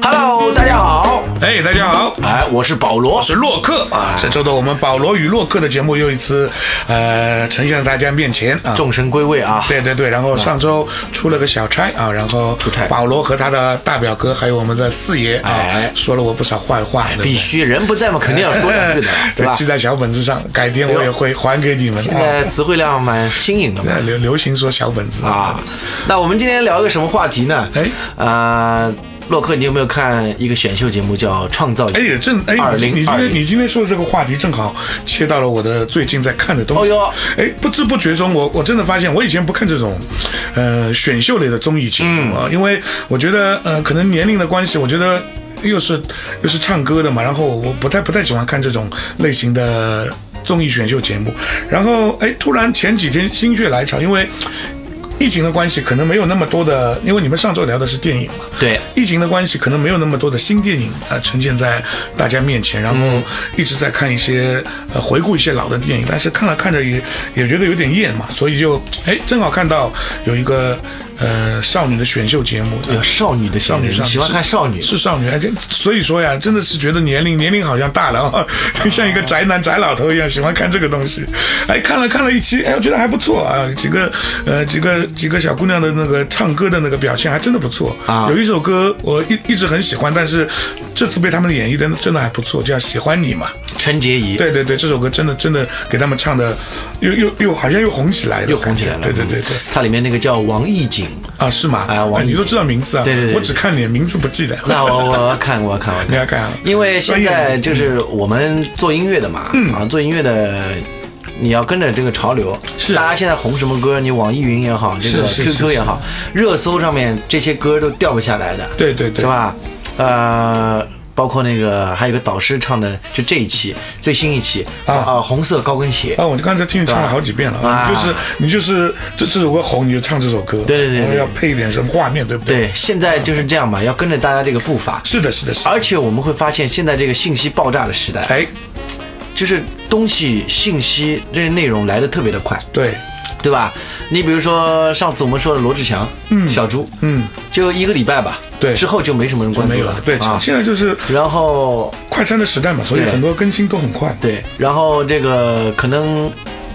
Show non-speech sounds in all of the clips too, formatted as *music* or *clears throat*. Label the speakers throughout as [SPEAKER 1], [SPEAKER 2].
[SPEAKER 1] Hello，大家好，
[SPEAKER 2] 哎，大家好，
[SPEAKER 1] 哎，我是保罗
[SPEAKER 2] 我，是洛克啊。这周的我们保罗与洛克的节目又一次呃呈现在大家面前啊。
[SPEAKER 1] 众神归位啊，
[SPEAKER 2] 对对对，然后上周出了个小差啊，然后出
[SPEAKER 1] 差
[SPEAKER 2] 保罗和他的大表哥还有我们的四爷啊
[SPEAKER 1] 哎，
[SPEAKER 2] 说了我不少坏话，对不对
[SPEAKER 1] *laughs* 必须人不在嘛，肯定要说两 *laughs* 句的，对
[SPEAKER 2] 对哎
[SPEAKER 1] 吧
[SPEAKER 2] 记？在小本子上，改天我也会还给你们
[SPEAKER 1] 现
[SPEAKER 2] 啊。
[SPEAKER 1] 在词汇量蛮新颖的嘛
[SPEAKER 2] 那流流行说小本
[SPEAKER 1] *laughs*
[SPEAKER 2] 子
[SPEAKER 1] 啊。那我们今天聊一个什么话题呢？
[SPEAKER 2] 哎
[SPEAKER 1] 呃，洛克，你有没有看一个选秀节目叫《创造营》？
[SPEAKER 2] 哎，也正哎，你你今
[SPEAKER 1] 2020
[SPEAKER 2] 天你今天说的这个话题正好切到了我的最近在看的东西。
[SPEAKER 1] 哦哟
[SPEAKER 2] 哎，不知不觉中，我我真的发现，我以前不看这种，呃，选秀类的综艺节目啊，因为我觉得，呃，可能年龄的关系，我觉得。又是又是唱歌的嘛，然后我不太不太喜欢看这种类型的综艺选秀节目。然后哎，突然前几天心血来潮，因为疫情的关系，可能没有那么多的，因为你们上周聊的是电影嘛，
[SPEAKER 1] 对，
[SPEAKER 2] 疫情的关系，可能没有那么多的新电影啊、呃呈现在大家面前，然后一直在看一些呃回顾一些老的电影，但是看了看着也也觉得有点厌嘛，所以就哎正好看到有一个呃少女的选秀节目，
[SPEAKER 1] 有少女的
[SPEAKER 2] 少女
[SPEAKER 1] 你
[SPEAKER 2] 上
[SPEAKER 1] 喜欢看少女？
[SPEAKER 2] 是少女，而且所以说呀，真的是觉得年龄年龄好像大了 *laughs* 啊，像一个宅男宅老头一样，喜欢看这个东西。哎，看了看了一期，哎，我觉得还不错啊，几个呃几个几个小姑娘的那个唱歌的那个表现还真的不错
[SPEAKER 1] 啊
[SPEAKER 2] 有一首歌我一一直很喜欢，但是这次被他们演绎的真的还不错，叫《喜欢你》嘛。
[SPEAKER 1] 陈洁仪。
[SPEAKER 2] 对对对，这首歌真的真的给他们唱的又又又好像又红起来了，
[SPEAKER 1] 又红起来了，
[SPEAKER 2] 对对对对。
[SPEAKER 1] 它里面那个叫王艺瑾，
[SPEAKER 2] 啊，是吗？
[SPEAKER 1] 哎王
[SPEAKER 2] 你
[SPEAKER 1] 一
[SPEAKER 2] 都知道名字啊？
[SPEAKER 1] 对对对
[SPEAKER 2] 我只看脸，名字不记
[SPEAKER 1] *laughs*
[SPEAKER 2] 得。
[SPEAKER 1] 那我我要看我要看我要
[SPEAKER 2] 你
[SPEAKER 1] 看，
[SPEAKER 2] 要看啊？
[SPEAKER 1] 因为现在就是我们做音乐的嘛，
[SPEAKER 2] 嗯
[SPEAKER 1] 啊，做音乐的。你要跟着这个潮流，
[SPEAKER 2] 是
[SPEAKER 1] 大家现在红什么歌，你网易云也好，这个
[SPEAKER 2] 是是是
[SPEAKER 1] QQ 也好，热搜上面这些歌都掉不下来的，
[SPEAKER 2] 对对对
[SPEAKER 1] 是吧？呃，包括那个还有个导师唱的，就这一期最新一期
[SPEAKER 2] 啊
[SPEAKER 1] 呃红色高跟鞋，
[SPEAKER 2] 啊，我就刚才听你唱了好几遍了，
[SPEAKER 1] 啊
[SPEAKER 2] 你就是你就是这这首歌红，你就唱这首歌，
[SPEAKER 1] 对对对对
[SPEAKER 2] 然后要配一点什么画面，对不对？
[SPEAKER 1] 对，现在就是这
[SPEAKER 2] 啊
[SPEAKER 1] 样嘛，要跟着大家这个步伐，
[SPEAKER 2] 是的，是的，是的。
[SPEAKER 1] 而且我们会发现，现在这个信息爆炸的时代，
[SPEAKER 2] 哎，
[SPEAKER 1] 就是东西、信息这些内容来的特别的快，
[SPEAKER 2] 对，
[SPEAKER 1] 对吧？你比如说上次我们说的罗志祥，嗯，小猪，
[SPEAKER 2] 嗯，
[SPEAKER 1] 就一个礼拜吧，
[SPEAKER 2] 对
[SPEAKER 1] 之后就没什么人关注
[SPEAKER 2] 没有
[SPEAKER 1] 了
[SPEAKER 2] 了，，对，
[SPEAKER 1] 啊。
[SPEAKER 2] 现在就是
[SPEAKER 1] 然后
[SPEAKER 2] 快餐的时代嘛，所以
[SPEAKER 1] 对
[SPEAKER 2] 很多更新都很快。
[SPEAKER 1] 对，然后这个可能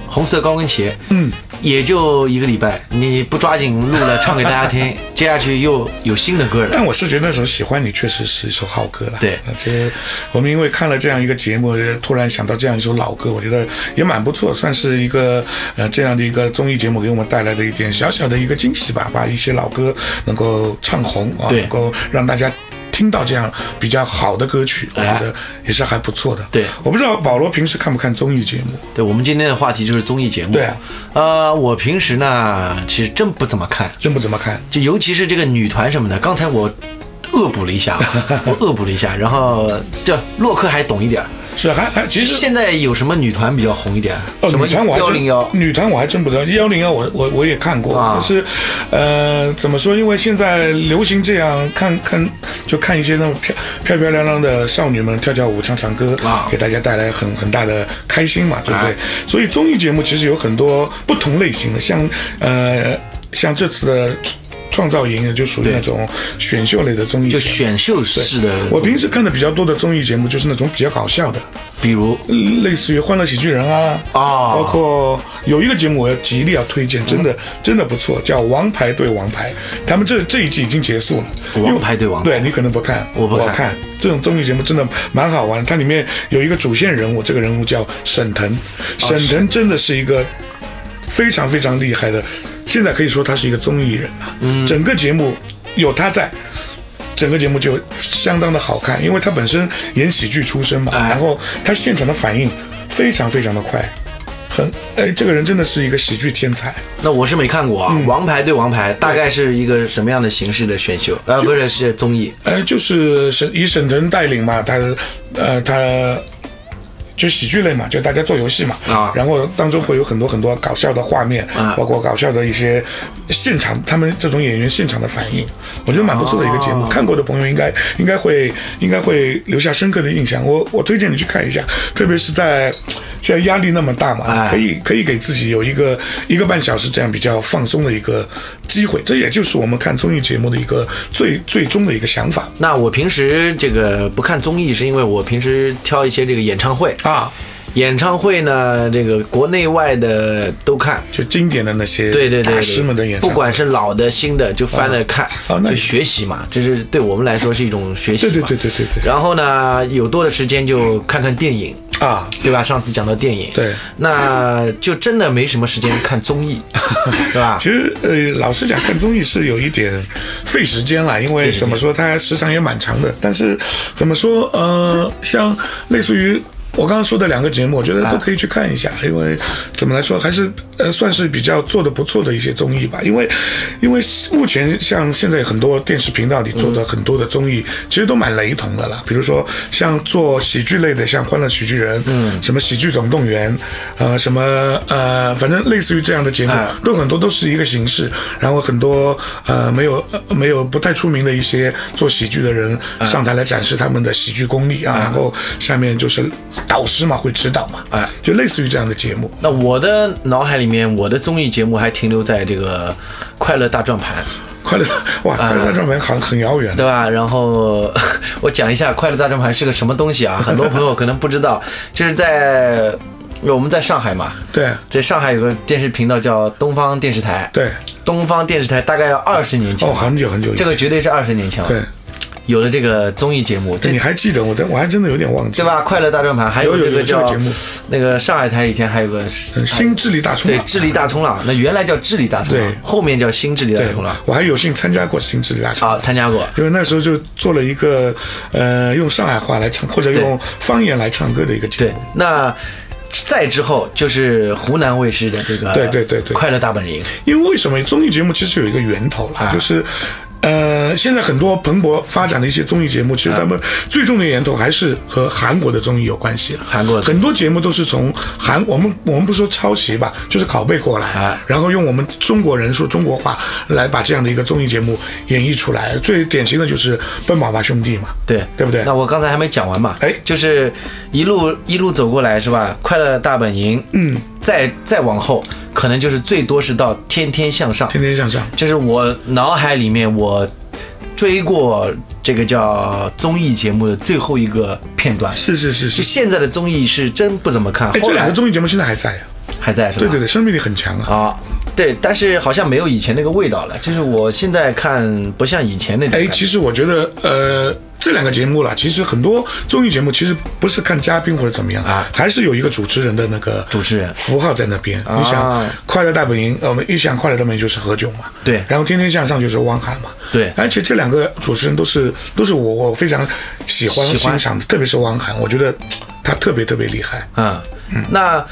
[SPEAKER 1] 红色高跟鞋，
[SPEAKER 2] 嗯，
[SPEAKER 1] 也就一个礼拜，你不抓紧录了唱给大家
[SPEAKER 2] *laughs*
[SPEAKER 1] 听，接下去又有新的歌了。
[SPEAKER 2] *clears throat* 但我是觉得那首《喜欢你》确实是一首好歌了。
[SPEAKER 1] 对
[SPEAKER 2] 那其实我们因为看了这样一个节目，突然想到这样一首老歌，我觉得也蛮不错，算是一个呃这样的一个综艺节目给我们带来的一点小小的一个惊喜吧，把一些老歌能够唱红啊，
[SPEAKER 1] 对
[SPEAKER 2] 能够让大家。听到这样比较好的歌曲，我
[SPEAKER 1] 哎
[SPEAKER 2] 觉得也是还不错的。
[SPEAKER 1] 对
[SPEAKER 2] 我不知道保罗平时看不看综艺节目？
[SPEAKER 1] 对，我们今天的话题就是综艺节目。
[SPEAKER 2] 对啊
[SPEAKER 1] 呃，我平时呢，其实真不怎么看，
[SPEAKER 2] 真不怎么看。
[SPEAKER 1] 就尤其是这个女团什么的，刚才我恶补了一
[SPEAKER 2] *laughs*
[SPEAKER 1] 下，我恶补了一下，然后这洛克还懂一点儿。
[SPEAKER 2] 是还还其实
[SPEAKER 1] 现在有什么女团比较红一点？
[SPEAKER 2] 哦，
[SPEAKER 1] 什么
[SPEAKER 2] 女团我还
[SPEAKER 1] 幺
[SPEAKER 2] 真
[SPEAKER 1] 零幺？
[SPEAKER 2] 女团我还真不知道，幺零幺我我我也看过，
[SPEAKER 1] 啊
[SPEAKER 2] 但是，呃，怎么说？因为现在流行这样，看看就看一些那种漂漂漂亮亮的少女们跳跳舞、唱唱歌，
[SPEAKER 1] 啊
[SPEAKER 2] 给大家带来很很大的开心嘛，对不对？
[SPEAKER 1] 哎
[SPEAKER 2] 所以综艺节目其实有很多不同类型的，像呃，像这次的。创造营就属于
[SPEAKER 1] 对
[SPEAKER 2] 那种选秀类的综艺节
[SPEAKER 1] 就
[SPEAKER 2] 目，
[SPEAKER 1] 选秀式的，
[SPEAKER 2] 我平时看的比较多的综艺节目就是那种比较搞笑的，
[SPEAKER 1] 比如
[SPEAKER 2] 类似于《欢乐喜剧人》啊，
[SPEAKER 1] 啊
[SPEAKER 2] 包括有一个节目我要极力要推荐，真的真的不错，叫《王牌对王牌》，他们这这一季已经结束了，因为
[SPEAKER 1] 王牌对王牌
[SPEAKER 2] 对你可能不看，
[SPEAKER 1] 我不看
[SPEAKER 2] 看这种综艺节目真的蛮好玩，它里面有一个主线人物，这个人物叫沈
[SPEAKER 1] 哦
[SPEAKER 2] 腾，沈腾真的是一个非常非常厉害的，现在可以说他是一个综艺人了，
[SPEAKER 1] 嗯
[SPEAKER 2] 整个节目有他在。整个节目就相当的好看，因为他本身演喜剧出身嘛，
[SPEAKER 1] 哎
[SPEAKER 2] 然后他现场的反应非常非常的快，很哎，这个人真的是一个喜剧天才。
[SPEAKER 1] 那我是没看过啊，王牌对王牌》大概是一个什么样的形式的选秀？呃，不是是综艺
[SPEAKER 2] 呃，就是沈以沈腾带领嘛，他呃他就喜剧类嘛，就大家做游戏嘛，
[SPEAKER 1] 啊
[SPEAKER 2] 然后当中会有很多很多搞笑的画面，
[SPEAKER 1] 啊
[SPEAKER 2] 包括搞笑的一些现场，他们这种演员现场的反应，我觉得蛮不错的一个节
[SPEAKER 1] 哦
[SPEAKER 2] 目。看过的朋友应该应该会应该会留下深刻的印象。我我推荐你去看一下，特别是在现在压力那么大嘛，
[SPEAKER 1] 哎
[SPEAKER 2] 可以可以给自己有一个一个半小时这样比较放松的一个机会。这也就是我们看综艺节目的一个最最终的一个想法
[SPEAKER 1] 那我平时这个不看综艺，是因为我平时挑一些这个演唱会，
[SPEAKER 2] 啊，
[SPEAKER 1] 演唱会呢，这个国内外的都看。
[SPEAKER 2] 就经典的那些
[SPEAKER 1] 对对对对，
[SPEAKER 2] 大师们的演唱
[SPEAKER 1] 不
[SPEAKER 2] 会。
[SPEAKER 1] 管是老的新的，就翻着看，
[SPEAKER 2] 啊那
[SPEAKER 1] 就
[SPEAKER 2] 也
[SPEAKER 1] 学习嘛，这是对我们来说是一种学习嘛。
[SPEAKER 2] 对对对对对
[SPEAKER 1] *laughs*
[SPEAKER 2] 对
[SPEAKER 1] 然后呢，有多的时间就看看电影，
[SPEAKER 2] 啊，
[SPEAKER 1] 对吧？上次讲到电影，
[SPEAKER 2] 对，
[SPEAKER 1] 那就真的没什么时间看综艺， *laughs* 对吧？
[SPEAKER 2] *laughs* 其实呃，老实讲，看综艺是有一点费时间啦，因为怎么说，它时长也蛮长的。但是怎么说，呃，像类似于。我刚刚说的两个节目，我觉得都可以去看一下，因为怎么来说，还是呃算是比较做的不错的一些综艺吧。因为，因为目前像现在很多电视频道里做的很多的综艺，其实都蛮雷同的啦。比如说像做喜剧类的，像《欢乐喜剧人》，嗯，什么《喜剧总动员》，呃，什么呃，反正类似于这样的节目，
[SPEAKER 1] 哎
[SPEAKER 2] 都很多都是一个形式，然后很多呃没有呃没有不太出名的一些做喜剧的人
[SPEAKER 1] 哎
[SPEAKER 2] 上台来展示他们的喜剧功力啊，然后下面就是导师嘛会指导嘛，
[SPEAKER 1] 哎，
[SPEAKER 2] 就类似于这样的节目
[SPEAKER 1] 那我的脑海里面，我的综艺节目还停留在这个《快乐大转盘》，
[SPEAKER 2] 快乐 *laughs* 哇，
[SPEAKER 1] 哎
[SPEAKER 2] 快乐大转盘很很遥远啊
[SPEAKER 1] 对吧？然后 *laughs* 我讲一下《快乐大转盘》是个什么东西啊？很多朋友可能不知道，就是在我们在上海嘛，
[SPEAKER 2] 对
[SPEAKER 1] 这上海有个电视频道叫东方电视台，
[SPEAKER 2] 对，
[SPEAKER 1] 东方电视台大概要二十年前，
[SPEAKER 2] 哦，很久很久以
[SPEAKER 1] 这
[SPEAKER 2] 前，
[SPEAKER 1] 个绝对是二十年前了，
[SPEAKER 2] 对，
[SPEAKER 1] 有了这个综艺节目，这
[SPEAKER 2] 你还记得我的？我还真的有点忘记
[SPEAKER 1] 对，吧？快乐大转盘，还
[SPEAKER 2] 有有
[SPEAKER 1] 这个
[SPEAKER 2] 有这
[SPEAKER 1] 叫
[SPEAKER 2] 个节目
[SPEAKER 1] 那个上海台以前还有个
[SPEAKER 2] 嗯新智力大冲
[SPEAKER 1] 对
[SPEAKER 2] 浪。
[SPEAKER 1] 智力大冲浪，那原来叫智力大冲浪
[SPEAKER 2] 对，
[SPEAKER 1] 后面叫新智力大
[SPEAKER 2] 对
[SPEAKER 1] 冲浪，
[SPEAKER 2] 哎我还有幸参加过新智力大冲浪
[SPEAKER 1] 啊，参加过。
[SPEAKER 2] 因为那时候就做了一个，呃，用上海话来唱或者用方言来唱歌的一个节
[SPEAKER 1] 对
[SPEAKER 2] 目。，
[SPEAKER 1] 那再之后就是湖南卫视的这个
[SPEAKER 2] 对对对对
[SPEAKER 1] 快乐大本营，
[SPEAKER 2] 因为为什么综艺节目其实有一个源头啦，
[SPEAKER 1] 啊
[SPEAKER 2] 就是。呃，现在很多蓬勃发展的一些综艺节目，其实他们最终的源头还是和韩国的综艺有关系。
[SPEAKER 1] 韩国的综
[SPEAKER 2] 很多节目都是从韩，我们我们不说抄袭吧，就是拷贝过来，
[SPEAKER 1] 啊
[SPEAKER 2] 然后用我们中国人说中国话来把这样的一个综艺节目演绎出来。最典型的就是《奔跑吧兄弟》嘛，
[SPEAKER 1] 对
[SPEAKER 2] 对不对
[SPEAKER 1] 那我刚才还没讲完嘛，
[SPEAKER 2] 哎
[SPEAKER 1] 就是一路一路走过来是吧？快乐大本营，嗯，再再往后可能就是最多是到天天向上，
[SPEAKER 2] 天天向上》。
[SPEAKER 1] 这是我脑海里面我追过这个叫综艺节目的最后一个片段。
[SPEAKER 2] 是是是，
[SPEAKER 1] 就是现在的综艺是真不怎么看，
[SPEAKER 2] 哎，
[SPEAKER 1] 后
[SPEAKER 2] 这两
[SPEAKER 1] 来
[SPEAKER 2] 个综艺节目现在还在呀、
[SPEAKER 1] 还在是吧？
[SPEAKER 2] 对对对，生命力很强啊。
[SPEAKER 1] 啊，对，但是好像没有以前那个味道了，就是我现在看不像以前那种
[SPEAKER 2] 哎，
[SPEAKER 1] 感觉。
[SPEAKER 2] 其实我觉得，呃，这两个节目啦，其实很多综艺节目其实不是看嘉宾或者怎么样
[SPEAKER 1] 啊
[SPEAKER 2] 还是有一个主持人的那个
[SPEAKER 1] 主持人啊
[SPEAKER 2] 符号在那边。你想，《快乐大本营》呃我们一想《快乐大本营》就是何炅嘛，
[SPEAKER 1] 对
[SPEAKER 2] 然后《天天向上》就是汪涵嘛，
[SPEAKER 1] 对
[SPEAKER 2] 而且这两个主持人都是都是我我非常喜欢
[SPEAKER 1] 喜欢
[SPEAKER 2] 欣赏的，特别是汪涵，我觉得嘖他特别特别厉害。
[SPEAKER 1] 啊，那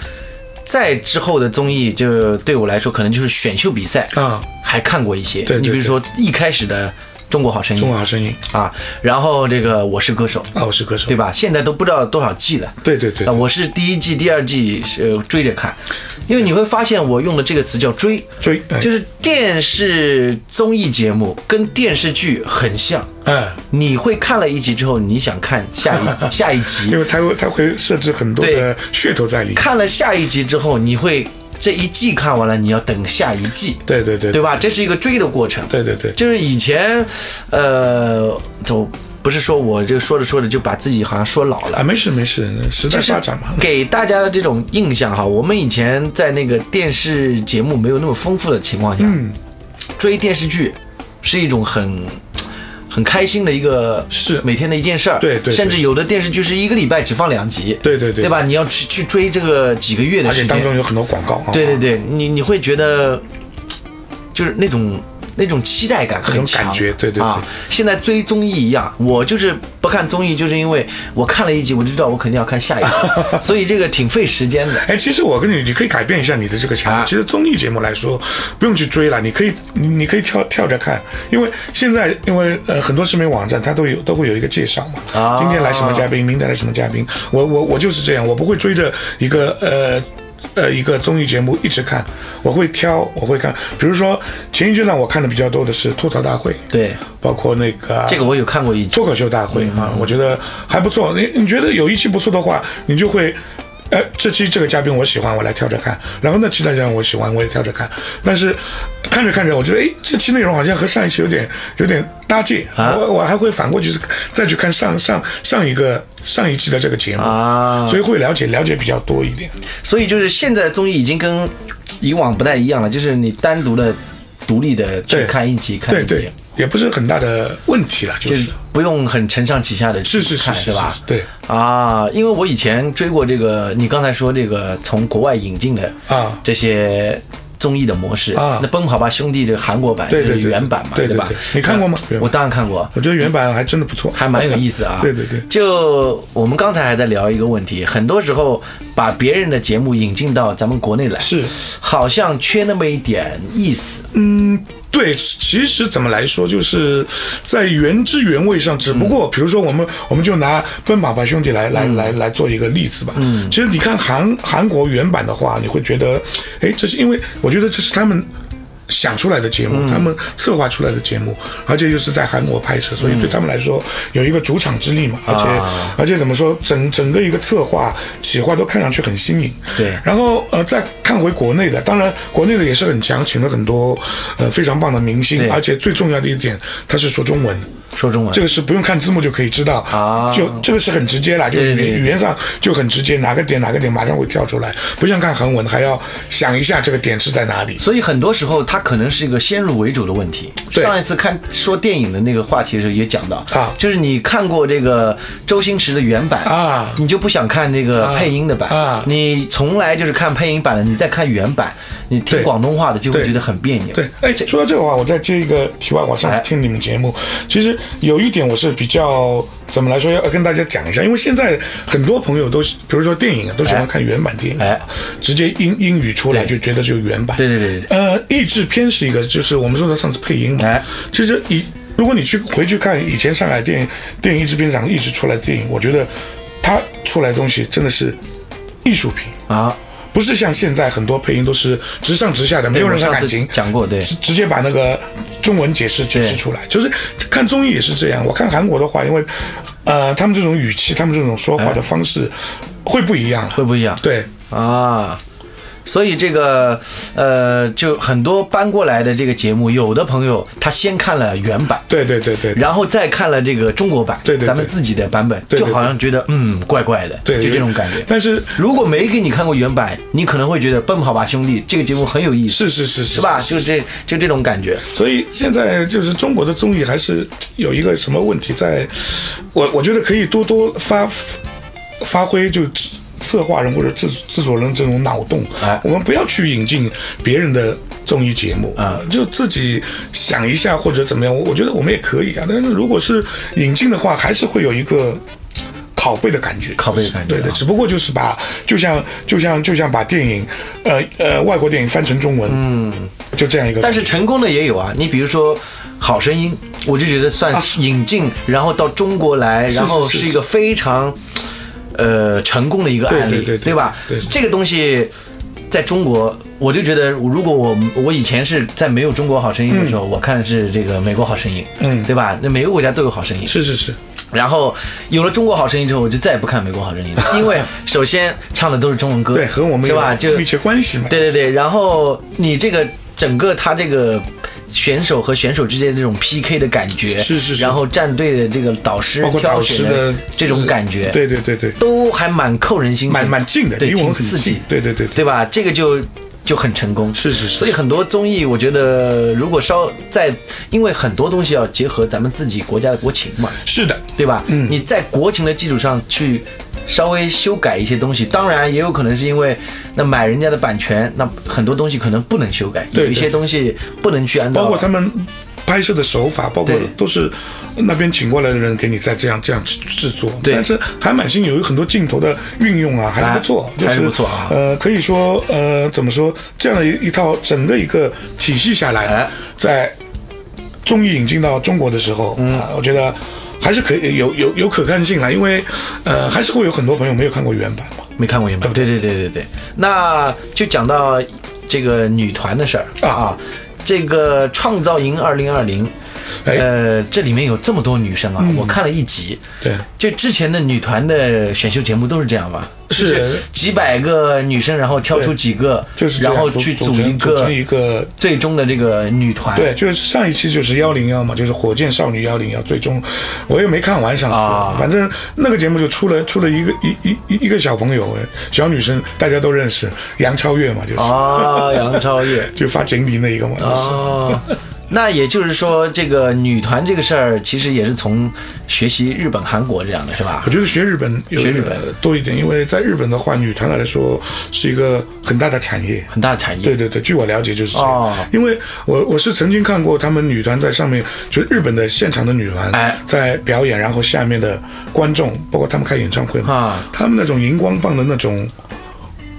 [SPEAKER 1] 在之后的综艺，就对我来说可能就是选秀比赛
[SPEAKER 2] 啊，
[SPEAKER 1] 还看过一些。
[SPEAKER 2] 对对
[SPEAKER 1] 你比如说一开始的《中国好声音
[SPEAKER 2] 中国》好声音
[SPEAKER 1] 啊，然后这个《我是歌手》，
[SPEAKER 2] 啊，我是歌手，
[SPEAKER 1] 对吧？现在都不知道多少季了。
[SPEAKER 2] 对对对
[SPEAKER 1] 啊，，我是第一季、第二季是呃追着看，因为你会发现我用的这个词叫追，
[SPEAKER 2] 追哎
[SPEAKER 1] 就是电视综艺节目跟电视剧很像。
[SPEAKER 2] 哎，
[SPEAKER 1] 你会看了一集之后，你想看下
[SPEAKER 2] *laughs*
[SPEAKER 1] 一下一集
[SPEAKER 2] 因，为他会他会设置很多
[SPEAKER 1] 对
[SPEAKER 2] 的噱头在里面。
[SPEAKER 1] 看了下一集之后，你会这一季看完了，你要等下一季，
[SPEAKER 2] 对对对
[SPEAKER 1] 对吧？这是一个追的过程。
[SPEAKER 2] 对对对，
[SPEAKER 1] 就是以前，呃，都不是说我这个说着说着就把自己好像说老了
[SPEAKER 2] 啊，。没事没事，时代
[SPEAKER 1] 就是
[SPEAKER 2] 发展嘛。
[SPEAKER 1] 给大家的这种印象哈，我们以前在那个电视节目没有那么丰富的情况下，
[SPEAKER 2] 嗯
[SPEAKER 1] 追电视剧是一种很很开心的一个
[SPEAKER 2] 是
[SPEAKER 1] 每天的一件事儿，
[SPEAKER 2] 对对对
[SPEAKER 1] 甚至有的电视剧是一个礼拜只放两集，
[SPEAKER 2] 对对对
[SPEAKER 1] 对吧？你要去去追这个几个月的
[SPEAKER 2] 而
[SPEAKER 1] 时
[SPEAKER 2] 且
[SPEAKER 1] 间，
[SPEAKER 2] 当中有很多广告啊。
[SPEAKER 1] 对对对，你你会觉得就是那种那种期待感很
[SPEAKER 2] 种
[SPEAKER 1] 强，
[SPEAKER 2] 感觉对对
[SPEAKER 1] 啊
[SPEAKER 2] 对。
[SPEAKER 1] 现在追综艺一样，我就是不看综艺，就是因为我看了一集，我就知道我肯定要看下一
[SPEAKER 2] *laughs*
[SPEAKER 1] 集，所以这个挺费时间的。
[SPEAKER 2] 哎，其实我跟你，你可以改变一下你的这个想法。
[SPEAKER 1] 啊
[SPEAKER 2] 其实综艺节目来说，不用去追了，你可以，你你可以跳跳着看，因为现在因为呃很多视频网站它都有都会有一个介绍嘛，
[SPEAKER 1] 啊
[SPEAKER 2] 今天来什么嘉宾，明天来什么嘉宾。我我我就是这样，我不会追着一个呃。呃，一个综艺节目一直看，我会挑，我会看。比如说前一阵呢，我看的比较多的是吐槽大会，
[SPEAKER 1] 对，
[SPEAKER 2] 包括那个啊
[SPEAKER 1] 这个我有看过一集，
[SPEAKER 2] 脱口秀大会
[SPEAKER 1] 嗯
[SPEAKER 2] 啊，我觉得还不错。你你觉得有一期不错的话，你就会，哎，这期这个嘉宾我喜欢，我来挑着看；然后那期大家我喜欢，我也挑着看。但是看着看着，我觉得哎，这期内容好像和上一期有点有点搭界，
[SPEAKER 1] 啊
[SPEAKER 2] 我我还会反过去再去看上上上一个上一期的这个节目
[SPEAKER 1] 啊
[SPEAKER 2] 所以会了解了解比较多一点。
[SPEAKER 1] 所以就是现在综艺已经跟以往不太一样了，就是你单独的、独立的去
[SPEAKER 2] 对
[SPEAKER 1] 看一集，看
[SPEAKER 2] 对
[SPEAKER 1] 一
[SPEAKER 2] 对
[SPEAKER 1] 集，，
[SPEAKER 2] 也不是很大的问题啦，就
[SPEAKER 1] 就是是不用很承上启下的
[SPEAKER 2] 是是是
[SPEAKER 1] 看
[SPEAKER 2] 是
[SPEAKER 1] 吧
[SPEAKER 2] 是？对
[SPEAKER 1] 啊，因为我以前追过这个，你刚才说这个从国外引进的
[SPEAKER 2] 啊
[SPEAKER 1] 这些综艺的模式
[SPEAKER 2] 啊
[SPEAKER 1] 那《奔跑吧兄弟》这个韩国版
[SPEAKER 2] 对
[SPEAKER 1] 就
[SPEAKER 2] 对
[SPEAKER 1] 是
[SPEAKER 2] 对
[SPEAKER 1] 原版嘛，
[SPEAKER 2] 对对
[SPEAKER 1] 吧
[SPEAKER 2] 对？你看过吗
[SPEAKER 1] 我当然看过，
[SPEAKER 2] 我觉得原版还真的不错，。
[SPEAKER 1] 还蛮有意思啊
[SPEAKER 2] *laughs* 对对对
[SPEAKER 1] 就我们刚才还在聊一个问题，很多时候把别人的节目引进到咱们国内来，
[SPEAKER 2] 是
[SPEAKER 1] 好像缺那么一点意思。
[SPEAKER 2] 对，其实怎么来说，就是在原汁原味上，只不过比如说我们我们就拿《奔跑吧兄弟来》来来来做一个例子吧。嗯，其实你看韩韩国原版的话，你会觉得，哎，这是因为我觉得这是他们。想出来的节目，他们策划出来的节目，而且又是在韩国拍摄，所以对他们来说有一个主场之力嘛。而且、而且怎么说，整整个一个策划企划都看上去很新颖。
[SPEAKER 1] 对
[SPEAKER 2] 然后呃，再看回国内的，当然国内的也是很强，请了很多呃非常棒的明
[SPEAKER 1] 对
[SPEAKER 2] 星，而且最重要的一点，他是说中文的，
[SPEAKER 1] 说中文，
[SPEAKER 2] 这个是不用看字幕就可以知道，
[SPEAKER 1] 啊
[SPEAKER 2] 就这个是很直接啦，就
[SPEAKER 1] 对
[SPEAKER 2] 语
[SPEAKER 1] 对对
[SPEAKER 2] 言语言上就很直接，哪个点哪个点马上会跳出来，不像看韩文还要想一下这个点是在哪里。
[SPEAKER 1] 所以很多时候它可能是一个先入为主的问题。
[SPEAKER 2] 对
[SPEAKER 1] 上一次看说电影的那个话题的时候也讲到
[SPEAKER 2] 啊
[SPEAKER 1] 就是你看过这个周星驰的原版
[SPEAKER 2] 啊
[SPEAKER 1] 你就不想看那个配音的版
[SPEAKER 2] 啊
[SPEAKER 1] 你从来就是看配音版的，你再看原版，你听
[SPEAKER 2] 对
[SPEAKER 1] 广东话的就会
[SPEAKER 2] 对
[SPEAKER 1] 觉得很别扭。
[SPEAKER 2] 对，哎，说到这个话，我再接一个题外话。上次听你们节目，其实有一点我是比较怎么来说，要跟大家讲一下，因为现在很多朋友都喜，比如说电影啊，都喜欢看原版电影，啊
[SPEAKER 1] 哎，
[SPEAKER 2] 直接英英语出来
[SPEAKER 1] 对
[SPEAKER 2] 就觉得就是原版。
[SPEAKER 1] 对对对对对
[SPEAKER 2] 呃，译制片是一个，就是我们说的上次配音嘛。
[SPEAKER 1] 哎
[SPEAKER 2] 其实以如果你去回去看以前上海电影电影译制片厂一直出来的电影，我觉得它出来的东西真的是艺术品。
[SPEAKER 1] 啊，
[SPEAKER 2] 不是像现在很多配音都是直上直下的，没有
[SPEAKER 1] 我
[SPEAKER 2] 任何
[SPEAKER 1] 上
[SPEAKER 2] 感
[SPEAKER 1] 次
[SPEAKER 2] 情，
[SPEAKER 1] 讲过对
[SPEAKER 2] 直直接把那个中文解释解释出来。就是看综艺也是这样，我看韩国的话，因为呃，他们这种语气，他们这种说话的方式会不一样了，
[SPEAKER 1] 会不一样。
[SPEAKER 2] 对。
[SPEAKER 1] 啊。所以这个，呃，就很多搬过来的这个节目，有的朋友他先看了原版，
[SPEAKER 2] 对对对对，
[SPEAKER 1] 然后再看了这个中国版，
[SPEAKER 2] 对对对
[SPEAKER 1] 咱们自己的版本，
[SPEAKER 2] 对对
[SPEAKER 1] 就好像觉得嗯怪怪的，
[SPEAKER 2] 对
[SPEAKER 1] 就这种感觉。
[SPEAKER 2] 但是
[SPEAKER 1] 如果没给你看过原版，你可能会觉得《奔跑吧兄弟》这个节目很有意思，
[SPEAKER 2] 是是是是
[SPEAKER 1] 是吧？就这就这种感觉。
[SPEAKER 2] 所以现在就是中国的综艺还是有一个什么问题在，我我觉得可以多多发发挥就制策划人或者制制作人这种脑洞，
[SPEAKER 1] 哎
[SPEAKER 2] 我们不要去引进别人的综艺节目
[SPEAKER 1] 啊，
[SPEAKER 2] 就自己想一下或者怎么样，我我觉得我们也可以啊。但是如果是引进的话，还是会有一个。拷贝的感觉，
[SPEAKER 1] 拷贝的感觉
[SPEAKER 2] 对对，
[SPEAKER 1] 啊
[SPEAKER 2] 只不过就是把，就像就像就像把电影，呃呃，外国电影翻成中文，嗯，就这样一个感
[SPEAKER 1] 但
[SPEAKER 2] 觉。
[SPEAKER 1] 是成功的也有啊，你比如说《好声音》，我就觉得算是引进，然后到中国来，然后
[SPEAKER 2] 啊是
[SPEAKER 1] 是
[SPEAKER 2] 是
[SPEAKER 1] 一个非常呃成功的一个案例，
[SPEAKER 2] 对对对对
[SPEAKER 1] 吧？
[SPEAKER 2] 对
[SPEAKER 1] 这个东西在中国。我就觉得，如果我我以前是在没有中国好声音的时候，我看的是这个美国好声音，
[SPEAKER 2] 嗯
[SPEAKER 1] 对吧？那每个国家都有好声音，
[SPEAKER 2] 是是是，
[SPEAKER 1] 然后有了中国好声音之后，我就再也不看美国好声
[SPEAKER 2] *laughs*
[SPEAKER 1] 音了，因为首先唱的都是中文歌，
[SPEAKER 2] 对，和我们
[SPEAKER 1] 是
[SPEAKER 2] 有
[SPEAKER 1] 吧？就
[SPEAKER 2] 密切关系嘛。
[SPEAKER 1] 对对对，然后你这个整个他这个选手和选手之间的这种 PK 的感觉，
[SPEAKER 2] 是是是
[SPEAKER 1] 然后战队的这个导师
[SPEAKER 2] 包括
[SPEAKER 1] 挑
[SPEAKER 2] 导师
[SPEAKER 1] 选
[SPEAKER 2] 的
[SPEAKER 1] 这种感觉，
[SPEAKER 2] 对对对对，
[SPEAKER 1] 都还蛮扣人心的，
[SPEAKER 2] 蛮蛮近的，
[SPEAKER 1] 对，
[SPEAKER 2] 离我
[SPEAKER 1] 挺
[SPEAKER 2] 们很
[SPEAKER 1] 刺激
[SPEAKER 2] 近。，对对对对，
[SPEAKER 1] 对吧？这个就就很成功，
[SPEAKER 2] 是是
[SPEAKER 1] 所以
[SPEAKER 2] 是，
[SPEAKER 1] 很多综艺，我觉得如果稍在，因为很多东西要结合咱们自己国家的国情嘛，
[SPEAKER 2] 是的，
[SPEAKER 1] 对吧？嗯，你在国情的基础上去稍微修改一些东西。当然，也有可能是因为那买人家的版权，那很多东西可能不能修改，
[SPEAKER 2] 对
[SPEAKER 1] 有一些东西不能去按照。
[SPEAKER 2] 包括他们拍摄的手法，包括
[SPEAKER 1] 对
[SPEAKER 2] 都是那边请过来的人给你再这样这样制制作。
[SPEAKER 1] 对
[SPEAKER 2] 但是还蛮新，有有很多镜头的运用啊，还是不错，
[SPEAKER 1] 还
[SPEAKER 2] 就是
[SPEAKER 1] 不错啊
[SPEAKER 2] 呃，可以说呃，怎么说这样的一一套整个一个体系下
[SPEAKER 1] 哎
[SPEAKER 2] 来，在综艺引进到中国的时候
[SPEAKER 1] 嗯
[SPEAKER 2] 啊，我觉得还是可以有有有可看性了，因为呃，还是会有很多朋友没有看过原版嘛。
[SPEAKER 1] 没看过
[SPEAKER 2] 哦
[SPEAKER 1] 原版。对对对对对，那就讲到这个女团的事儿
[SPEAKER 2] 啊
[SPEAKER 1] 这个创造营二零二零，
[SPEAKER 2] 哎嗯
[SPEAKER 1] 呃，这里面有这么多女生啊，我看了一集。
[SPEAKER 2] 对，
[SPEAKER 1] 就之前的女团的选秀节目都是这样吧？
[SPEAKER 2] 是
[SPEAKER 1] 就几百个女生，然后挑出几个，
[SPEAKER 2] 就是这
[SPEAKER 1] 然
[SPEAKER 2] 样
[SPEAKER 1] 后去
[SPEAKER 2] 组
[SPEAKER 1] 一
[SPEAKER 2] 成组
[SPEAKER 1] 个
[SPEAKER 2] 成一个
[SPEAKER 1] 最终的这个女团。
[SPEAKER 2] 对，就是上一期就是幺零幺嘛，就是火箭少女幺零幺，最终我也没看完上次，
[SPEAKER 1] 啊
[SPEAKER 2] 反正那个节目就出了出了一个一一一一个小朋友，哎小女生大家都认识，杨超越嘛，就是、
[SPEAKER 1] 啊，杨超
[SPEAKER 2] *laughs*
[SPEAKER 1] 越
[SPEAKER 2] 就发锦鲤那一个嘛，就是、
[SPEAKER 1] 哦。那也就是说，这个女团这个事儿，其实也是从学习日本、韩国这样的是吧
[SPEAKER 2] 我？觉得学日本有
[SPEAKER 1] 学日本
[SPEAKER 2] 多一点，因为在日本的话，女团来说是一个很大的产业。
[SPEAKER 1] 很大的产业。
[SPEAKER 2] 对对对，据我了解就是这样，
[SPEAKER 1] 哦
[SPEAKER 2] 因为我我是曾经看过他们女团在上面，就是日本的现场的女团
[SPEAKER 1] 哎
[SPEAKER 2] 在表演，然后下面的观众，包括他们开演唱会嘛，
[SPEAKER 1] 啊
[SPEAKER 2] 他们那种荧光棒的那种，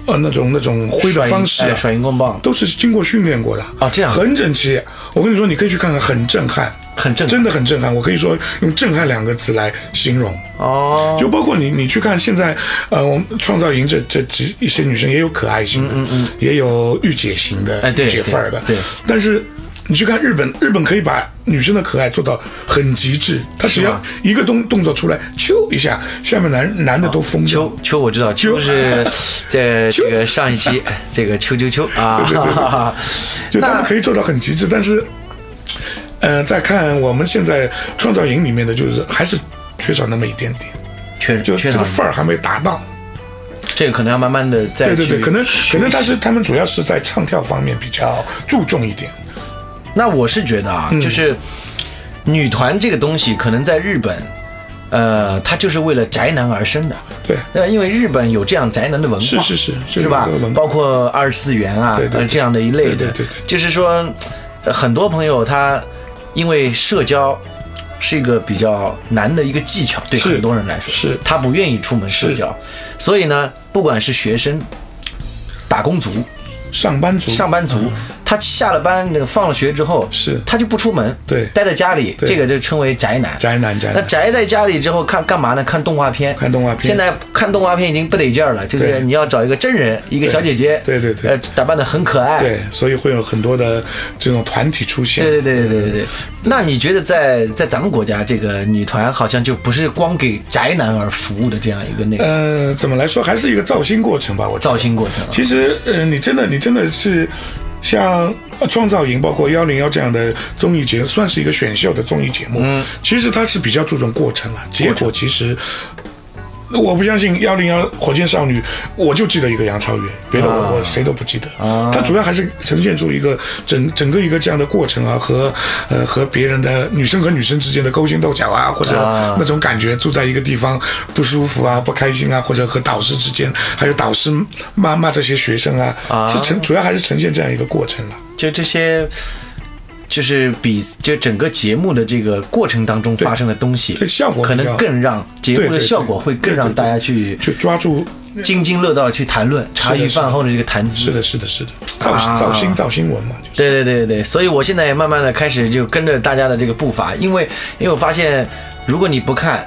[SPEAKER 2] 呃，那种那种挥的
[SPEAKER 1] 甩
[SPEAKER 2] 方式、
[SPEAKER 1] 哎
[SPEAKER 2] 啊，
[SPEAKER 1] 甩荧光棒
[SPEAKER 2] 都是经过训练过的
[SPEAKER 1] 哦这样
[SPEAKER 2] 很整齐。我跟你说，你可以去看看，很震撼，
[SPEAKER 1] 很正
[SPEAKER 2] 真的很震撼。我可以说用“震撼”两个词来形容。
[SPEAKER 1] 哦，
[SPEAKER 2] 就包括你，你去看现在，呃，我们创造营这这几一些女生也有可爱型的，嗯嗯也有御姐型的，
[SPEAKER 1] 哎对
[SPEAKER 2] 御姐范儿的，
[SPEAKER 1] 对对
[SPEAKER 2] 但是你去看日本，日本可以把女生的可爱做到很极致，她只要
[SPEAKER 1] 吗
[SPEAKER 2] 一个动动作出来，啾一下，下面男男的都疯掉。
[SPEAKER 1] 秋秋我知道，秋
[SPEAKER 2] *laughs* 秋
[SPEAKER 1] 是在这个上一期这个秋秋秋啊，
[SPEAKER 2] 就他们
[SPEAKER 1] 那
[SPEAKER 2] 可以做到很极致，但是，呃，再看我们现在创造营里面的，就是还是缺少那么一点点，
[SPEAKER 1] *laughs* 缺
[SPEAKER 2] 就
[SPEAKER 1] 缺
[SPEAKER 2] 这
[SPEAKER 1] 少
[SPEAKER 2] 个范儿还没达到。
[SPEAKER 1] 这个可能要慢慢的再
[SPEAKER 2] 对对对，
[SPEAKER 1] 去
[SPEAKER 2] 可能
[SPEAKER 1] 学
[SPEAKER 2] 可能他是他们主要是在唱跳方面比较注重一点。
[SPEAKER 1] 那我是觉得啊，
[SPEAKER 2] 嗯
[SPEAKER 1] 就是女团这个东西，可能在日本，呃，它就是为了宅男而生的。
[SPEAKER 2] 对，
[SPEAKER 1] 呃，因为日本有这样宅男的文化，
[SPEAKER 2] 是是是
[SPEAKER 1] 是
[SPEAKER 2] 是
[SPEAKER 1] 吧
[SPEAKER 2] 有这个文？化
[SPEAKER 1] 包括二次元啊，
[SPEAKER 2] 对对
[SPEAKER 1] 呃，
[SPEAKER 2] 对
[SPEAKER 1] 这样的一类的，
[SPEAKER 2] 对对对对
[SPEAKER 1] 就是说，呃很多朋友他因为社交。是一个比较难的一个技巧，对
[SPEAKER 2] 是
[SPEAKER 1] 很多人来说，
[SPEAKER 2] 是
[SPEAKER 1] 他不愿意出门社
[SPEAKER 2] 是
[SPEAKER 1] 交，所以呢，不管是学生、打工族，
[SPEAKER 2] 上班族
[SPEAKER 1] 上班族，他下了班那个放了学之后，
[SPEAKER 2] 是
[SPEAKER 1] 他就不出门，
[SPEAKER 2] 对
[SPEAKER 1] 待在家里，
[SPEAKER 2] 对
[SPEAKER 1] 这个就称为宅男。
[SPEAKER 2] 宅男宅
[SPEAKER 1] 那
[SPEAKER 2] 男，
[SPEAKER 1] 宅在家里之后看干嘛呢？看动画片，
[SPEAKER 2] 看动画片
[SPEAKER 1] 现在看动画片已经不得劲儿了，就是
[SPEAKER 2] 对
[SPEAKER 1] 你要找一个真人，一个小姐姐，
[SPEAKER 2] 对对对
[SPEAKER 1] 呃，打扮的很可爱，
[SPEAKER 2] 对，所以会有很多的这种团体出现。
[SPEAKER 1] 对对对对对对。那你觉得在在咱们国家，这个女团好像就不是光给宅男而服务的这样一个那个
[SPEAKER 2] 呃，怎么来说，还是一个造星过程吧。我觉得
[SPEAKER 1] 造星过程啊？
[SPEAKER 2] 其实，呃，你真的，你真的是像呃创造营，包括幺零幺这样的综艺节目，算是一个选秀的综艺节目。嗯，其实它是比较注重过程了，结果其实。我不相信幺零幺火箭少女，我就记得一个杨超越，别的我、
[SPEAKER 1] 啊
[SPEAKER 2] 我谁都不记得。它主要还是呈现出一个整整个一个这样的过程啊，和呃和别人的女生和女生之间的勾心斗角啊，或者
[SPEAKER 1] 啊
[SPEAKER 2] 那种感觉，住在一个地方不舒服啊、不开心啊，或者和导师之间，还有导师骂骂这些学生啊，是呈主要还是呈现这样一个过程了。
[SPEAKER 1] 就这些，就是比就整个节目的这个过程当中发生的东西，
[SPEAKER 2] 对效果比
[SPEAKER 1] 可
[SPEAKER 2] 较
[SPEAKER 1] 能更让节
[SPEAKER 2] 对
[SPEAKER 1] 目的
[SPEAKER 2] 对对
[SPEAKER 1] 效果会更
[SPEAKER 2] 对
[SPEAKER 1] 让
[SPEAKER 2] 对
[SPEAKER 1] 大家
[SPEAKER 2] 对
[SPEAKER 1] 去
[SPEAKER 2] 就抓住，
[SPEAKER 1] 津津乐道的去谈论茶余
[SPEAKER 2] 是的
[SPEAKER 1] 饭后的这个谈资。
[SPEAKER 2] 是的，是的，是的，造
[SPEAKER 1] 啊
[SPEAKER 2] 造新造新闻嘛，就是
[SPEAKER 1] 对对对对对，所以我现在也慢慢的开始就跟着大家的这个步伐，因为因为我发现，如果你不看，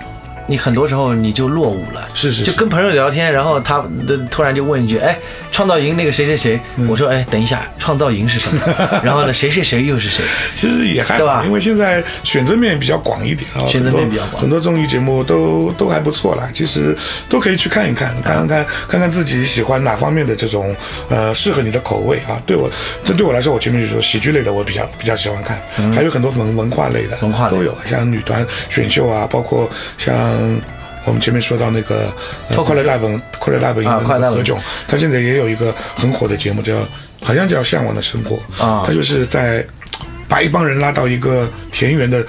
[SPEAKER 1] 你很多时候你就落伍了。
[SPEAKER 2] 是是
[SPEAKER 1] 就是跟朋友聊天，然后他的突然就问一句：“哎，创造营那个谁谁谁？”
[SPEAKER 2] 嗯
[SPEAKER 1] 我说：“哎，等一下，创造营是什么？”
[SPEAKER 2] *laughs*
[SPEAKER 1] 然后呢，谁谁谁又是谁？
[SPEAKER 2] 其实也还
[SPEAKER 1] 对吧
[SPEAKER 2] 好，因为现在选择面比较广一点啊，
[SPEAKER 1] 选择
[SPEAKER 2] 很多
[SPEAKER 1] 面比较广
[SPEAKER 2] 很多综艺节目都都还不错啦，其实都可以去看一看，看看看看看自己喜欢哪方面的这种呃适合你的口味啊。对我，这对我来说，我前面就说喜剧类的我比较比较喜欢看，还有很多文文化类的，
[SPEAKER 1] 嗯文化类
[SPEAKER 2] 都有，像女团选秀啊，包括像。我们前面说到那个呃
[SPEAKER 1] 脱口秀
[SPEAKER 2] 快乐大本》，《快乐大本营
[SPEAKER 1] 啊
[SPEAKER 2] 的
[SPEAKER 1] 快乐
[SPEAKER 2] 那
[SPEAKER 1] 大
[SPEAKER 2] 个
[SPEAKER 1] 本
[SPEAKER 2] 何
[SPEAKER 1] 营
[SPEAKER 2] 炅，他现在也有一个很火的节目，叫好像叫《向往的生活》
[SPEAKER 1] 啊
[SPEAKER 2] 他就是在把一帮人拉到一个田园的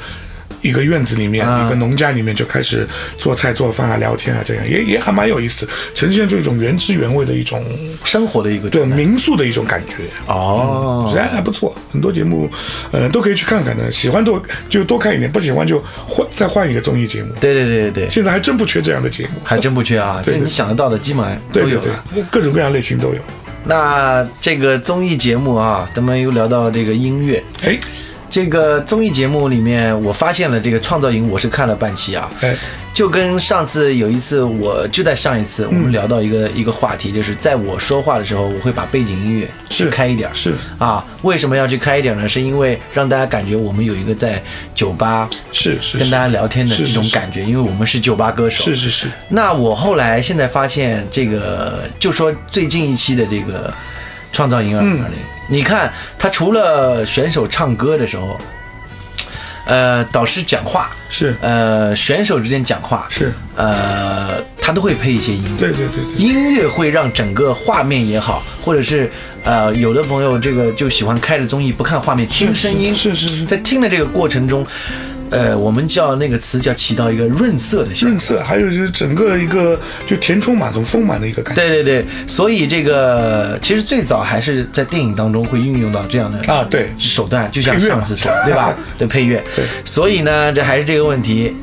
[SPEAKER 2] 一个院子里面，
[SPEAKER 1] 啊
[SPEAKER 2] 一个农家里面就开始做菜做饭啊、聊天啊，这样也也还蛮有意思，呈现出一种原汁原味的一种
[SPEAKER 1] 生活的一个
[SPEAKER 2] 对民宿的一种感觉。
[SPEAKER 1] 哦，
[SPEAKER 2] 哎，还不错，很多节目，呃，都可以去看看的。喜欢多就多看一点，不喜欢就换再换一个综艺节目。
[SPEAKER 1] 对对对对对，
[SPEAKER 2] 现在还真不缺这样的节目，
[SPEAKER 1] 还真不缺啊，就
[SPEAKER 2] 对对
[SPEAKER 1] 你想得到的基本上都
[SPEAKER 2] 对
[SPEAKER 1] 有啊
[SPEAKER 2] 对
[SPEAKER 1] 了。
[SPEAKER 2] 对，各种各样类型都有。
[SPEAKER 1] 那这个综艺节目啊，咱们又聊到这个音乐，
[SPEAKER 2] 哎
[SPEAKER 1] 这个综艺节目里面，我发现了这个创造营，我是看了半期啊。
[SPEAKER 2] 哎，
[SPEAKER 1] 就跟上次有一次，我就在上一次我们聊到一个、一个话题，就是在我说话的时候，我会把背景音乐去
[SPEAKER 2] 是
[SPEAKER 1] 开一点儿。
[SPEAKER 2] 是
[SPEAKER 1] 啊，为什么要去开一点儿呢？是因为让大家感觉我们有一个在酒吧
[SPEAKER 2] 是是
[SPEAKER 1] 跟大家聊天的
[SPEAKER 2] 是
[SPEAKER 1] 这
[SPEAKER 2] 是
[SPEAKER 1] 种
[SPEAKER 2] 是
[SPEAKER 1] 感觉，因为我们是酒吧歌手。
[SPEAKER 2] 是是是，
[SPEAKER 1] 那我后来现在发现，这个就说最近一期的这个《创造营二
[SPEAKER 2] 嗯
[SPEAKER 1] 零二零》，你看他除了选手唱歌的时候，呃，导师讲话，
[SPEAKER 2] 是
[SPEAKER 1] 呃，选手之间讲话，
[SPEAKER 2] 是，
[SPEAKER 1] 呃，他都会配一些音乐。
[SPEAKER 2] 对对对对，
[SPEAKER 1] 音乐会让整个画面也好，或者是呃，有的朋友这个就喜欢开着综艺不看画面，听声音。
[SPEAKER 2] 是是是是
[SPEAKER 1] 在听的这个过程中，呃，我们叫那个词叫起到一个润色的效果
[SPEAKER 2] 润。色，还有就是整个一个就填充满、很丰满的一个感觉。
[SPEAKER 1] *laughs* 对对对，所以这个其实最早还是在电影当中会运用到这样的
[SPEAKER 2] 啊对
[SPEAKER 1] 手段，就像
[SPEAKER 2] 配乐
[SPEAKER 1] 上
[SPEAKER 2] 嘛
[SPEAKER 1] 次说的，对吧？对配乐，
[SPEAKER 2] 对
[SPEAKER 1] 所以呢，这还是这个问题。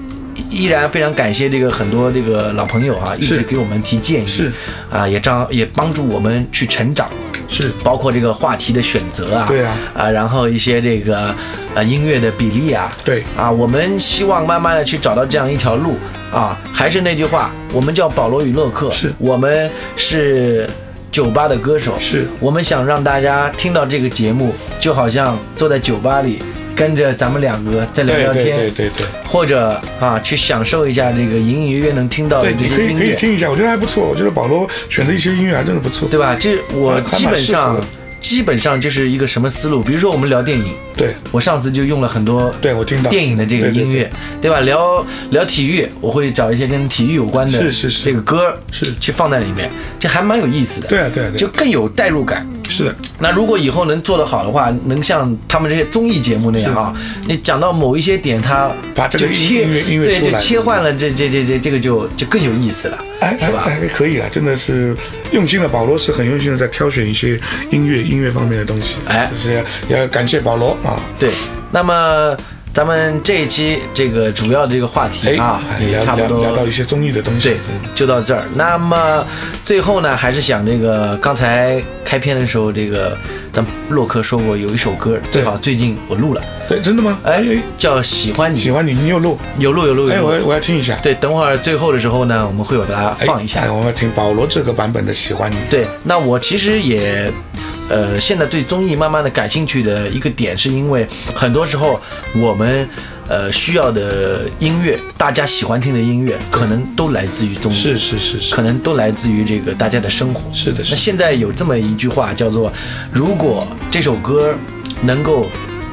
[SPEAKER 1] 依然非常感谢这个很多这个老朋友啊，一直
[SPEAKER 2] 是
[SPEAKER 1] 给我们提建议，
[SPEAKER 2] 是
[SPEAKER 1] 啊，也帮也帮助我们去成长，
[SPEAKER 2] 是
[SPEAKER 1] 包括这个话题的选择啊，
[SPEAKER 2] 对啊
[SPEAKER 1] 啊，然后一些这个呃音乐的比例啊，
[SPEAKER 2] 对
[SPEAKER 1] 啊，我们希望慢慢的去找到这样一条路啊。还是那句话，我们叫保罗与洛克，
[SPEAKER 2] 是
[SPEAKER 1] 我们是酒吧的歌手，
[SPEAKER 2] 是
[SPEAKER 1] 我们想让大家听到这个节目，就好像坐在酒吧里跟着咱们两个在聊
[SPEAKER 2] 对
[SPEAKER 1] 聊
[SPEAKER 2] 对
[SPEAKER 1] 天，哦
[SPEAKER 2] 对对对。
[SPEAKER 1] 或者啊去享受一下这个隐隐约约能听到的这
[SPEAKER 2] 对，你可
[SPEAKER 1] 些
[SPEAKER 2] 以
[SPEAKER 1] 音
[SPEAKER 2] 可以
[SPEAKER 1] 乐，
[SPEAKER 2] 听一下，我觉得还不错。我觉得保罗选的一些音乐还真的不错。
[SPEAKER 1] 对吧？这我
[SPEAKER 2] 还还蛮
[SPEAKER 1] 基本
[SPEAKER 2] 啊适合
[SPEAKER 1] 上
[SPEAKER 2] 的
[SPEAKER 1] 基本上就是一个什么思路？比如说我们聊电影。
[SPEAKER 2] 对
[SPEAKER 1] 我上次就用了很多
[SPEAKER 2] 对我听到
[SPEAKER 1] 电影的这个
[SPEAKER 2] 对对
[SPEAKER 1] 音乐，对吧？聊聊体育，我会找一些跟体育有关的
[SPEAKER 2] 是是是
[SPEAKER 1] 这个歌
[SPEAKER 2] 是
[SPEAKER 1] 去放在里面，这还蛮有意思的，
[SPEAKER 2] 对啊对啊对
[SPEAKER 1] 就
[SPEAKER 2] 啊，
[SPEAKER 1] 更有代入感。
[SPEAKER 2] 是的，
[SPEAKER 1] 那如果以后能做得好的话，能像他们这些综艺节目那样啊，你讲到某一些点，他
[SPEAKER 2] 把这
[SPEAKER 1] 就
[SPEAKER 2] 个音
[SPEAKER 1] 切
[SPEAKER 2] 音乐音乐
[SPEAKER 1] 对，
[SPEAKER 2] 出
[SPEAKER 1] 就
[SPEAKER 2] 来
[SPEAKER 1] 切换了这这这这这个就就更有意思了，
[SPEAKER 2] 哎哎
[SPEAKER 1] 是吧？
[SPEAKER 2] 哎，可以啊，真的是用心了。保罗是很用心的在挑选一些音乐音乐方面的东西，
[SPEAKER 1] 哎
[SPEAKER 2] 就是要感谢保罗啊。
[SPEAKER 1] 对，那么咱们这一期这个主要的这个话
[SPEAKER 2] 哎
[SPEAKER 1] 题啊，也
[SPEAKER 2] 聊
[SPEAKER 1] 差不
[SPEAKER 2] 聊
[SPEAKER 1] 多
[SPEAKER 2] 聊到一些综艺的东西，
[SPEAKER 1] 对，就到这儿。那么最后呢，还是想这个刚才开篇的时候，这个咱们洛克说过有一首歌，最好最近我录了，
[SPEAKER 2] 对，真的吗？
[SPEAKER 1] 哎，叫《喜欢你
[SPEAKER 2] 喜》，欢你，你有录？
[SPEAKER 1] 有录有录
[SPEAKER 2] 哎，
[SPEAKER 1] 有
[SPEAKER 2] 我
[SPEAKER 1] 录。
[SPEAKER 2] 要我要听一下，
[SPEAKER 1] 对，等会儿最后的时候呢，我们会有大家
[SPEAKER 2] 哎
[SPEAKER 1] 放一下
[SPEAKER 2] 哎。我要听保罗这个版本的《喜欢你》。
[SPEAKER 1] 对，那我其实也，呃，现在对综艺慢慢的感兴趣的一个点，是因为很多时候我们。呃，需要的音乐，大家喜欢听的音乐，可能都来自于综艺。
[SPEAKER 2] 是是是是
[SPEAKER 1] 可，能都来自于这个大家的生活。
[SPEAKER 2] 是的是的
[SPEAKER 1] 那现在有这么一句话叫做：如果这首歌能够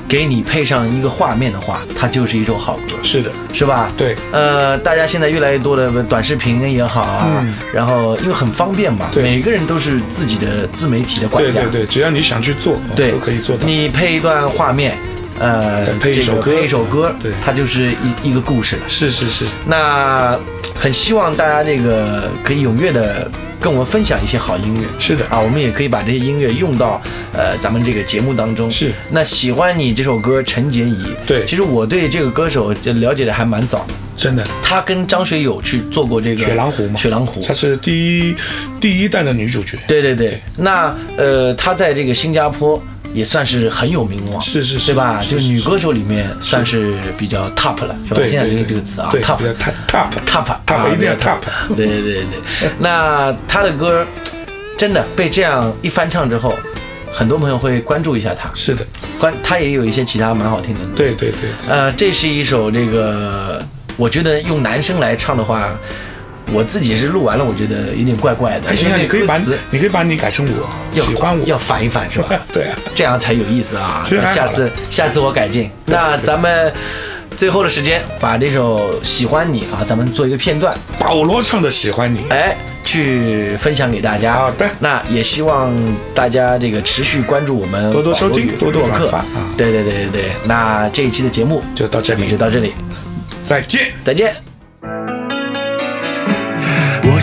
[SPEAKER 1] 给你配上一个画面的话，它就是一首好歌，
[SPEAKER 2] 是的，
[SPEAKER 1] 是吧？
[SPEAKER 2] 对
[SPEAKER 1] 呃，大家现在越来越多的短视频也好啊，然后因为很方便嘛，
[SPEAKER 2] 嗯对
[SPEAKER 1] 每个人都是自己的自媒体的管
[SPEAKER 2] 对
[SPEAKER 1] 家，
[SPEAKER 2] 对对，只要你想去做，哦
[SPEAKER 1] 对
[SPEAKER 2] 都可以做到。
[SPEAKER 1] 你配一段画面，呃
[SPEAKER 2] 再，配一
[SPEAKER 1] 这个
[SPEAKER 2] 首歌
[SPEAKER 1] 配一首歌，
[SPEAKER 2] 对
[SPEAKER 1] 它就是一一个故事了。
[SPEAKER 2] 是是是，
[SPEAKER 1] 那很希望大家这个可以踊跃的跟我们分享一些好音乐。
[SPEAKER 2] 是的
[SPEAKER 1] 啊，我们也可以把这些音乐用到呃咱们这个节目当中。
[SPEAKER 2] 是
[SPEAKER 1] 那喜欢你这首歌，陈洁仪。
[SPEAKER 2] 对
[SPEAKER 1] 其实我对这个歌手呃了解的还蛮早的，
[SPEAKER 2] 真的。
[SPEAKER 1] 她跟张学友去做过这个
[SPEAKER 2] 雪狼湖嘛，
[SPEAKER 1] 雪狼湖。
[SPEAKER 2] 她是第一第一代的女主角，
[SPEAKER 1] 对对对，那呃，她在这个新加坡。也算是很有名望，
[SPEAKER 2] 是是是
[SPEAKER 1] 对吧？
[SPEAKER 2] 是
[SPEAKER 1] 就是女歌手里面算是比较 top 了，是吧？
[SPEAKER 2] 对
[SPEAKER 1] 现在
[SPEAKER 2] 对
[SPEAKER 1] 这个
[SPEAKER 2] 对，
[SPEAKER 1] 这个词啊
[SPEAKER 2] 对
[SPEAKER 1] ，top
[SPEAKER 2] 比较 top top
[SPEAKER 1] top
[SPEAKER 2] top
[SPEAKER 1] 啊
[SPEAKER 2] 一定要
[SPEAKER 1] 那个
[SPEAKER 2] top，
[SPEAKER 1] 对对对对， *laughs* 那他的歌真的被这样一翻唱之后，很多朋友会关注一下他，
[SPEAKER 2] 是的，
[SPEAKER 1] 关他也有一些其他蛮好听的歌。
[SPEAKER 2] 对对对，
[SPEAKER 1] 呃，这是一首这个，我觉得用男生来唱的话，我自己是录完了，我觉得有点怪怪的。
[SPEAKER 2] 哎，行
[SPEAKER 1] 因
[SPEAKER 2] 啊，
[SPEAKER 1] 为
[SPEAKER 2] 你可以
[SPEAKER 1] 歌
[SPEAKER 2] 把
[SPEAKER 1] 词
[SPEAKER 2] 你可以把你改成我
[SPEAKER 1] 要
[SPEAKER 2] 喜欢
[SPEAKER 1] *laughs*
[SPEAKER 2] 我，
[SPEAKER 1] 要反一反是吧？
[SPEAKER 2] *laughs* 对啊，
[SPEAKER 1] 这样才有意思啊！
[SPEAKER 2] *laughs* 其实还
[SPEAKER 1] 那
[SPEAKER 2] 好
[SPEAKER 1] 下次下次我改进。那咱们最后的时间把这首《喜欢你》啊，咱们做一个片段。
[SPEAKER 2] 保罗唱的喜欢你，
[SPEAKER 1] 哎，去分享给大家。
[SPEAKER 2] 好的
[SPEAKER 1] 那也希望大家这个持续关注我们
[SPEAKER 2] 多多收听
[SPEAKER 1] 网络
[SPEAKER 2] 多多
[SPEAKER 1] 播客
[SPEAKER 2] 转发啊
[SPEAKER 1] 对对对对对，那这一期的节目
[SPEAKER 2] 就到这里
[SPEAKER 1] 就，到这里，
[SPEAKER 2] 再见。
[SPEAKER 1] 再见。
[SPEAKER 3] 我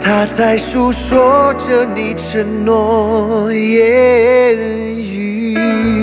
[SPEAKER 3] 他在诉说着你承诺言语。